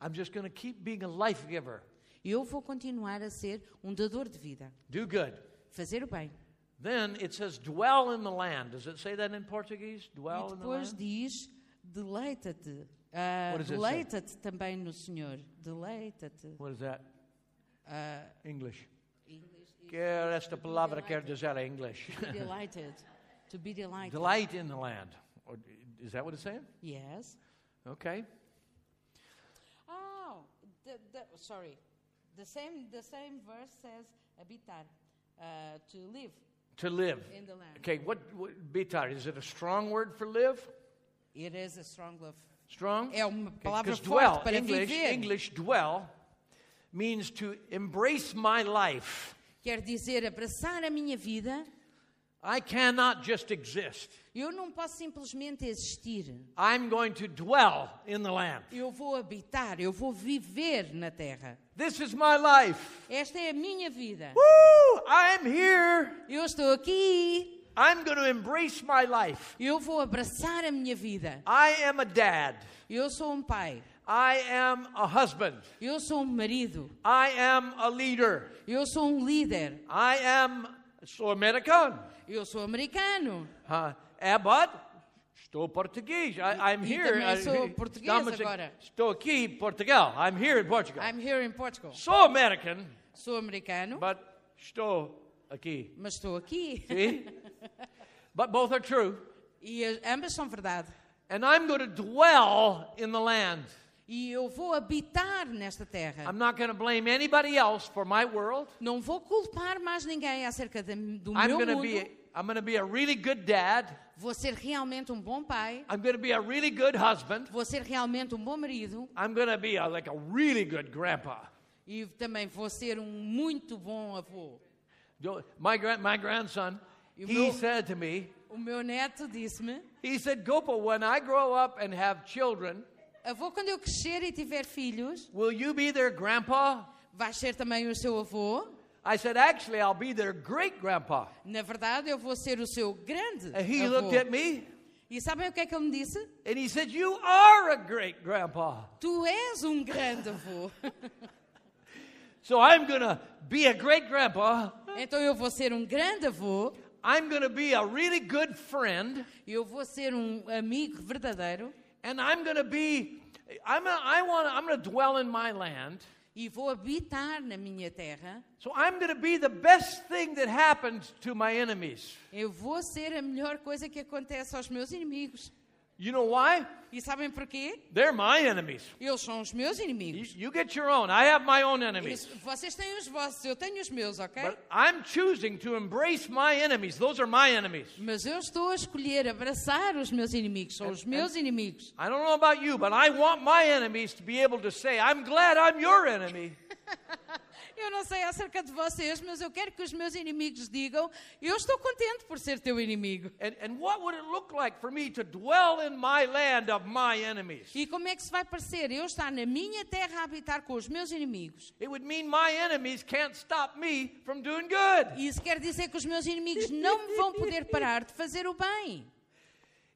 A: I'm just going to keep being a life giver.
B: Eu vou continuar a ser um dador de vida.
A: Do good.
B: Fazer o bem.
A: Then it says, dwell in the land. Does it say that in Portuguese? Dwell
B: E
A: in the
B: depois
A: land?
B: diz: deleita-te. Ah,
A: é? What does it say?
B: deleita-te também no Senhor. Deleita-te.
A: What is that?
B: Ah,
A: English.
B: English is
A: Quer esta palavra quer dizer em inglês.
B: to be delighted. To be delighted.
A: Delight in the land. Or, is that what it's saying?
B: Yes.
A: Okay.
B: Oh, the, the, sorry. The same, the same verse says habitar. Uh, to live
A: To live.
B: in the land.
A: Okay, what, what bitar? Is it a strong word for live?
B: It is a strong love.
A: Strong?
B: É uma palavra
A: Because
B: forte
A: dwell,
B: para
A: English,
B: viver.
A: English dwell means to embrace my life.
B: Quer dizer, abraçar a minha vida.
A: I cannot just exist.
B: Eu não posso simplesmente existir.
A: I'm going to dwell in the land.
B: Eu vou habitar, eu vou viver na terra.
A: This is my life.
B: Esta é a minha vida.
A: Woo! I'm here.
B: Eu estou aqui.
A: I'm going to embrace my life.
B: Eu vou abraçar a minha vida.
A: I am a dad.
B: Eu sou um pai.
A: I am a husband.
B: Eu sou um marido.
A: I am a leader.
B: Eu sou um líder.
A: I am sou americano.
B: Eu sou americano.
A: Ah, é, but estou português. I, I'm
B: E
A: here.
B: também sou
A: I-
B: português
A: estamos em-
B: agora.
A: Estou aqui em Portugal. I'm here in Portugal.
B: I'm here in Portugal.
A: Sou American,
B: Sou americano,
A: but estou aqui.
B: mas estou aqui.
A: See? but both are true.
B: E as- ambas são verdade.
A: And I'm going to dwell in the land.
B: E eu vou habitar nesta terra.
A: I'm not going to blame anybody else for my world.
B: Não vou culpar mais ninguém acerca de- do
A: I'm
B: meu
A: going to
B: mundo.
A: be I'm going to be a really good dad.
B: Vou ser realmente um bom pai.
A: I'm going to be a really good husband.
B: Vou ser realmente um bom marido.
A: I'm going to be a, like a really good grandpa.
B: E também vou ser um muito bom avô.
A: Do- My grand, my grandson,
B: You
A: he
B: will-
A: said to me,
B: O meu neto disse-me:
A: he said, "Gopal, when I grow up and have children,
B: Avô, quando eu crescer e tiver filhos,
A: will you be their grandpa?"
B: vais ser também o seu avô?
A: I said, "Actually, I'll be their great grandpa."
B: Na verdade, eu vou ser o seu grande
A: And É he
B: avô.
A: looked at me
B: E sabem o que é que ele me disse?
A: and he said, "You are a great grandpa."
B: Tu és um grande avô.
A: So I'm going to be a great grandpa.
B: então eu vou ser um grande avô,
A: I'm going to be a really good friend.
B: eu vou ser um amigo verdadeiro
A: And I'm going to be, I'm a, I want, I'm going to dwell in my land.
B: e vou habitar na minha terra.
A: So I'm going to be the best thing that happens to my enemies.
B: Eu vou ser a melhor coisa que acontece aos meus inimigos.
A: You know why?
B: E sabem porquê?
A: They're my enemies.
B: Eles são os meus
A: You,
B: inimigos.
A: you get your own. I have my own enemies.
B: Isso- vocês têm os vossos, eu tenho os meus, ok?
A: But I'm choosing to embrace my enemies. Those are my enemies.
B: Mas eu estou a escolher abraçar os meus inimigos, são os meus inimigos.
A: I don't know about you, but I want my enemies to be able to say, I'm glad I'm your enemy.
B: Eu não sei acerca de vocês, mas eu quero que os meus inimigos digam: Eu estou contente por ser teu inimigo.
A: And, and what would it look like for me to dwell in my land of my enemies?
B: E como é que se vai parecer eu estar na minha terra a habitar com os meus inimigos?
A: It would mean my enemies can't stop me from doing good.
B: Isso quer dizer que os meus inimigos não me vão poder parar de fazer o bem.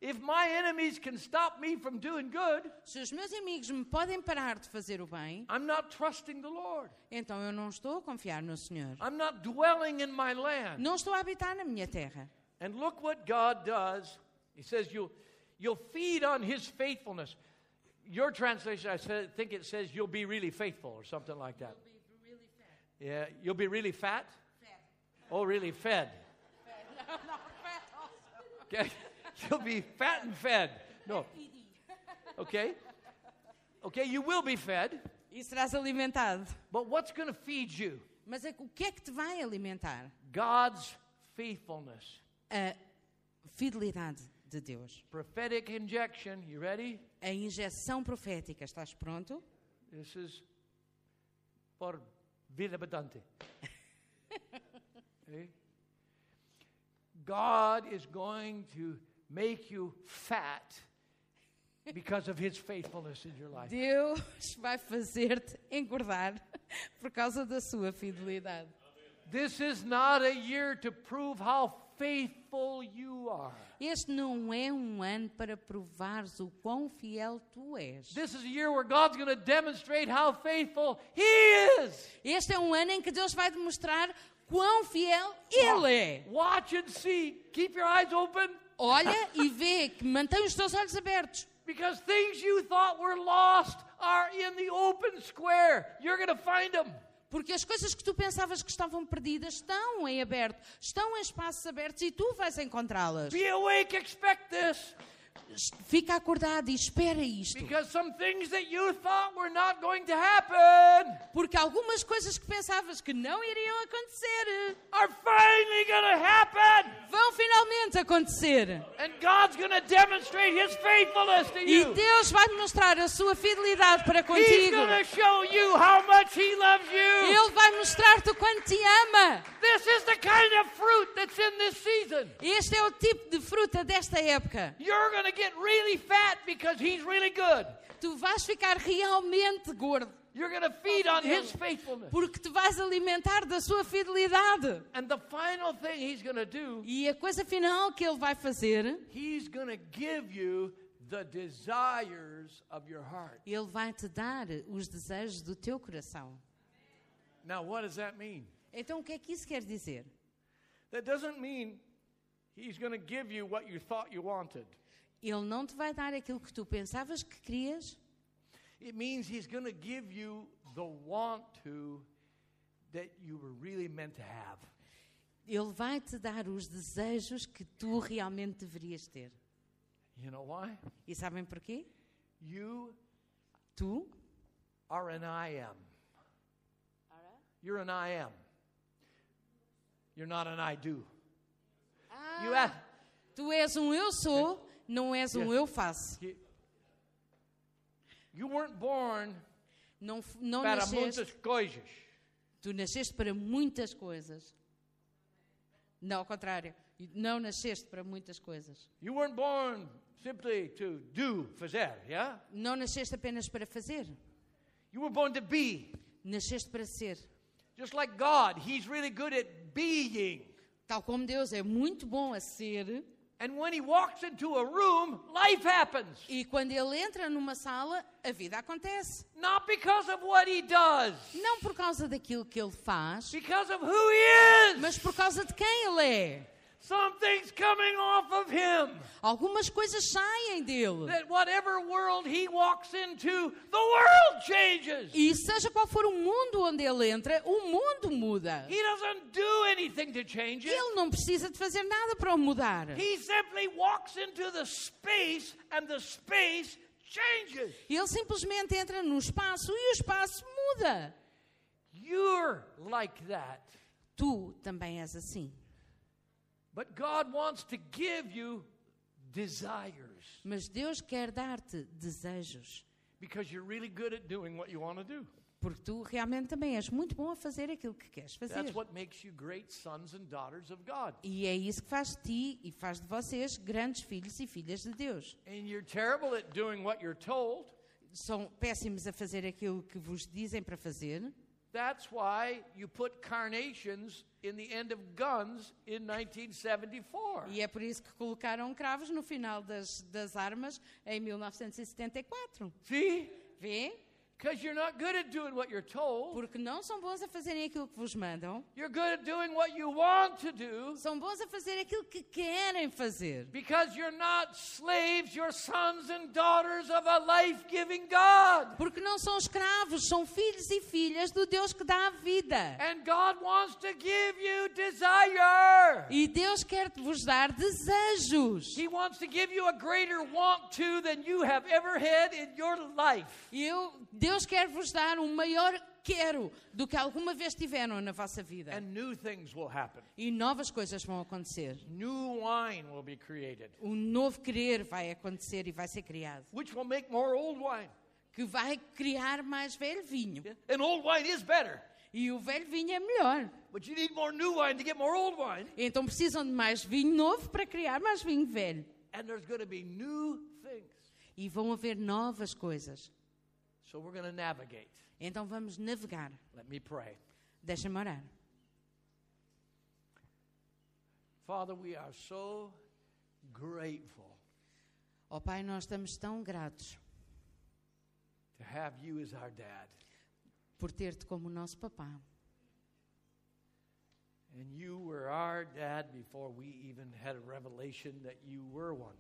A: If my enemies can stop me from doing good,
B: Se os meus inimigos me podem parar de fazer o bem,
A: I'm not trusting the Lord.
B: então eu não estou a confiar no Senhor.
A: I'm not dwelling in my land.
B: Não estou a habitar na minha terra.
A: And look what God does. He says, you'll, you'll feed on his faithfulness. Your translation, I said, think it says, you'll be really faithful or something like that. Yeah, you'll be really fat? Oh, really fed. Okay? You'll be fat and fed. No. Okay? Okay, you will be fed,
B: E serás alimentado.
A: but what's going to feed you?
B: Mas é que- o que é que te vai alimentar?
A: God's faithfulness.
B: A fidelidade de Deus.
A: Prophetic injection. You ready?
B: A injeção profética. Estás pronto?
A: This is for Vida Bedante. Okay? God is going to make you fat because of his faithfulness in your life.
B: Deus vai fazer-te engordar por causa da sua fidelidade.
A: This is not a year to prove how faithful you are.
B: Este não é um ano para provares o quão fiel tu és.
A: This is a year where God's going to demonstrate how faithful He is.
B: Este é um ano em que Deus vai demonstrar quão fiel Ele é.
A: Watch and see. Keep your eyes open
B: Olha e vê que mantém os teus olhos abertos.
A: because things you thought were lost are in the open square. You're going to find them.
B: Porque as coisas que tu pensavas que estavam perdidas estão em aberto, estão em espaços abertos e tu vais encontrá-las.
A: Be awake, expect this
B: Fica acordado e espera isto.
A: because some things that you thought were not going to happen
B: Porque algumas coisas que pensavas que não iriam acontecer
A: are finally going to happen.
B: vão finalmente acontecer.
A: And God's going to demonstrate His faithfulness to
B: E
A: you.
B: Deus vai mostrar a sua fidelidade para
A: He's
B: contigo.
A: going to show you how much He loves you.
B: Ele vai mostrar-te o quanto te ama.
A: This is the kind of fruit that's in this season.
B: Este é o tipo de fruta desta época.
A: You're going to get really fat because he's really good.
B: Tu vais ficar realmente gordo
A: You're going to feed on his faithfulness.
B: porque te vais alimentar da sua fidelidade.
A: And the final thing he's going to do,
B: E a coisa final que ele vai fazer,
A: he's going to give you the desires of your heart.
B: ele vai te dar os desejos do teu coração.
A: Now, what does that mean?
B: Então o que é que isso quer dizer?
A: That doesn't mean he's going to give you what you thought you wanted.
B: Ele não te vai dar aquilo que tu pensavas que querias,
A: It means he's going to give you the want to that you were really meant to have.
B: ele vai te dar os desejos que tu realmente deverias ter.
A: You know why?
B: E sabem porquê?
A: You
B: Tu
A: are an I am. You're an I am. You're not an I do. You ask,
B: Tu és um eu sou, não és um eu faço.
A: you, you weren't born
B: Não, f- não
A: para
B: nasceste,
A: muitas coisas.
B: tu nasceste para muitas coisas. Não, ao contrário. Não nasceste para muitas coisas.
A: You weren't born simply to do, fazer, yeah?
B: Não nasceste apenas para fazer.
A: You were born to be.
B: Nasceste para ser.
A: Just like God, He's really good at being.
B: Tal como Deus é muito bom a ser,
A: And when He walks into a room, life happens.
B: e quando Ele entra numa sala, a vida acontece.
A: Not because of what He does,
B: Não por causa daquilo que Ele faz,
A: because of who He is.
B: mas por causa de quem Ele é.
A: Something's coming off of Him.
B: Algumas coisas saem dele.
A: That whatever world He walks into, the world changes.
B: E seja qual for o mundo onde ele entra, o mundo muda.
A: He doesn't do anything to change it.
B: Ele não precisa de fazer nada para o mudar.
A: He simply walks into the space, and the space changes.
B: Ele simplesmente entra no espaço e o espaço muda.
A: You're like that.
B: Tu também és assim.
A: But God wants to give you desires
B: Mas Deus quer dar-te desejos.
A: because you're really good at doing what you want to do.
B: Porque tu realmente também és muito bom a fazer aquilo que queres fazer.
A: That's what makes you great sons and daughters of God.
B: E é isso que faz de ti e faz de vocês grandes filhos e filhas de Deus.
A: And you're terrible at doing what you're told.
B: São péssimos a fazer aquilo que vos dizem para fazer.
A: That's why you put carnations in the end of guns in 1974.
B: E é por isso que colocaram cravos no final das, das armas em 1974.
A: See?
B: Vê?
A: Because you're not good at doing what you're told.
B: Porque não são bons a fazerem aquilo que vos mandam,
A: You're good at doing what you want to do
B: são bons a fazer aquilo que querem fazer.
A: because you're not slaves, you're sons and daughters of a life giving God.
B: Porque não são escravos, são filhos e filhas do Deus que dá a vida.
A: And God wants to give you desire.
B: E Deus quer-vos dar desejos.
A: He wants to give you a greater want to than you have ever had in your life.
B: E Eu, Deus quer-vos dar um maior quero do que alguma vez tiveram na vossa vida.
A: And new things will happen.
B: E novas coisas vão acontecer.
A: New wine will be created,
B: Um novo querer vai acontecer e vai ser criado.
A: which will make more old wine.
B: que vai criar mais velho vinho.
A: And old wine is better,
B: E o velho vinho é melhor.
A: but you need more new wine to get more old wine.
B: Então precisam de mais vinho novo para criar mais vinho velho.
A: And there's going to be new things.
B: E vão haver novas coisas.
A: So we're going to navigate.
B: Então vamos navegar.
A: Let me pray.
B: Deixa-me orar.
A: Father, we are so grateful
B: Ó Pai, nós estamos tão gratos
A: to have you as our dad.
B: por ter-te como nosso papá.
A: And you were our dad before we even had a revelation that you were one.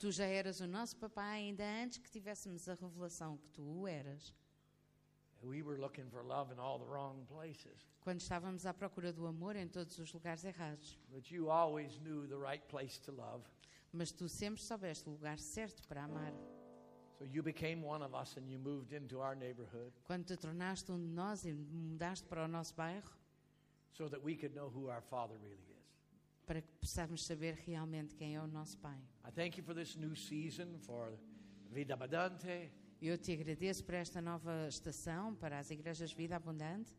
B: Tu já eras o nosso papá ainda antes que tivéssemos a revelação que tu o eras.
A: We were looking for love in all the wrong places,
B: Quando estávamos à procura do amor em todos os lugares errados.
A: but you always knew the right place to love.
B: Mas tu sempre soubeste o lugar certo para amar.
A: So you became one of us and you moved into our neighborhood
B: Quando te tornaste um de nós e mudaste para o nosso bairro,
A: so that we could know who our father really is.
B: para que possamos saber realmente quem é o nosso Pai.
A: I thank you for this new season for Vida Badante.
B: Eu te agradeço por esta nova estação para as Igrejas Vida Abundante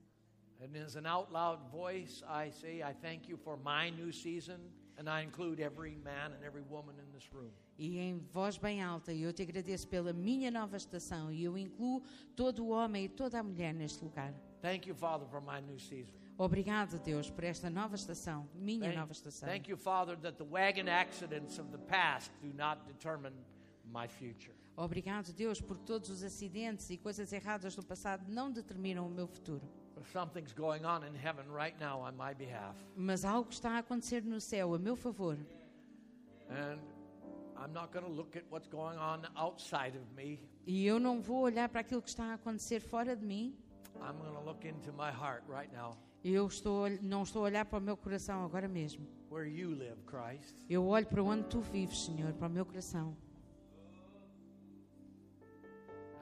A: And as an out loud voice, I say, I thank you for my new season, and I include every man and every woman in this room.
B: E em voz bem alta, eu te agradeço pela minha nova estação e eu incluo todo o homem e toda a mulher neste lugar.
A: Thank you, Father, for my new season.
B: Obrigado, Deus, por esta nova estação, minha
A: Thank,
B: nova estação.
A: thank you, Father, that the wagon accidents of the past do not determine my future.
B: Obrigado, Deus, por todos os acidentes e coisas erradas do passado não determinam o meu futuro.
A: But something's going on in heaven right now on my behalf.
B: Mas algo está a acontecer no céu a meu favor.
A: And I'm not going to look at what's going on outside of me.
B: E eu não vou olhar para aquilo que está a acontecer fora de mim.
A: I'm going to look into my heart right now.
B: Eu estou, a olh- não estou a olhar para o meu coração agora mesmo.
A: Where you live, Christ.
B: Eu olho para onde tu vives, Senhor, para o meu coração.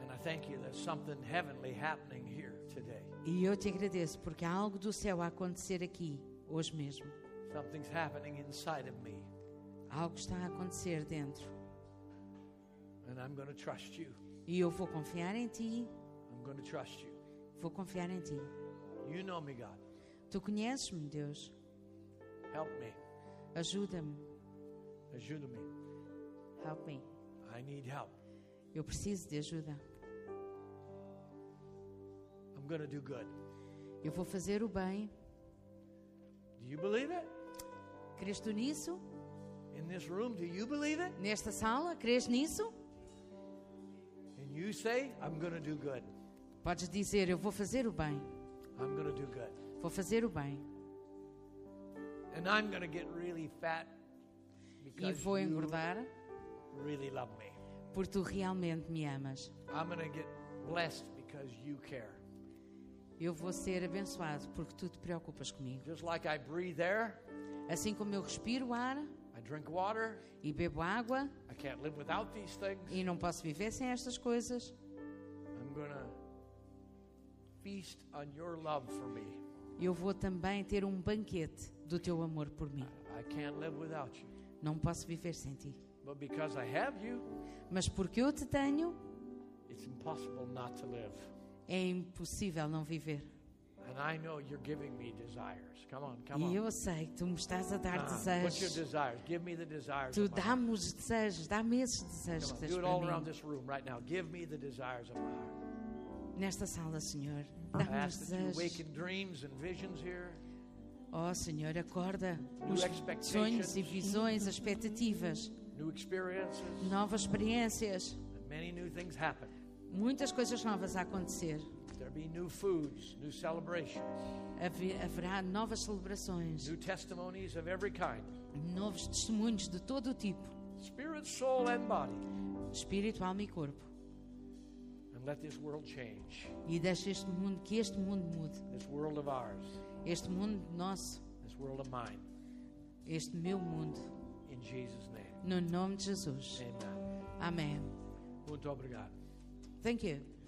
A: And I thank you there's something heavenly happening here today.
B: E eu te agradeço porque há algo do céu a acontecer aqui, hoje mesmo.
A: Something's happening inside of me.
B: Algo está a acontecer dentro.
A: And I'm going to trust you.
B: E eu vou confiar em ti,
A: I'm going to trust you.
B: vou confiar em ti.
A: You know me, God.
B: Tu conheces-me, Deus.
A: Help me.
B: Ajuda-me.
A: Ajuda me.
B: Help me.
A: I need help.
B: Eu preciso de ajuda.
A: I'm going to do good.
B: Eu vou fazer o bem.
A: Do you believe it?
B: Crês tu nisso?
A: In this room, do you believe it?
B: Nesta sala, crês nisso?
A: And you say, I'm going to do good.
B: Podes dizer: Eu vou fazer o bem.
A: I'm going to do good.
B: Vou fazer o bem.
A: And I'm going to get really fat
B: E
A: because
B: vou
A: you
B: engordar,
A: really love me.
B: porque tu realmente me amas.
A: I'm going to get blessed because you care.
B: Eu vou ser abençoado, porque tu te preocupas comigo.
A: Just like I breathe air,
B: Assim como eu respiro ar
A: I drink water.
B: e bebo água,
A: I can't live without these things.
B: e não posso viver sem estas coisas,
A: I'm going to feast on your love for me.
B: eu vou também ter um banquete do teu amor por mim.
A: I can't live without you.
B: Não posso viver sem ti.
A: But because I have you,
B: Mas porque eu te tenho,
A: it's impossible not to live.
B: é impossível não viver.
A: And I know you're giving me desires. Come on, come
B: E
A: on.
B: eu sei que tu me estás a dar
A: Ah, what's your
B: desejos.
A: desires? Give me the desires.
B: Tu
A: of my heart.
B: dá-me os desejos, dá-me esses desejos
A: Come
B: que
A: on,
B: tens
A: do it all
B: para
A: around
B: mim.
A: this room right now. Give me the desires of my heart.
B: Nesta sala, Senhor,
A: I
B: dá-me os
A: ask that you
B: desejos.
A: awaken dreams and visions here.
B: Oh, Senhor, acorda
A: New
B: os
A: expectations.
B: sonhos e visões, as expectativas,
A: New experiences.
B: novas experiências,
A: And many new things happen.
B: muitas coisas novas a acontecer.
A: There be new foods, new celebrations,
B: Haver- Haverá novas celebrações.
A: new testimonies of every kind.
B: novos testemunhos de todo o tipo,
A: Spirit, soul, and body.
B: espírito, alma e corpo.
A: And let this world change.
B: E deixa este mundo, que este mundo mude.
A: This world of ours.
B: Este mundo nosso,
A: This world of mine.
B: este meu mundo.
A: In Jesus' name.
B: No nome de Jesus.
A: Amen.
B: Amém.
A: Muito obrigado.
B: Thank you.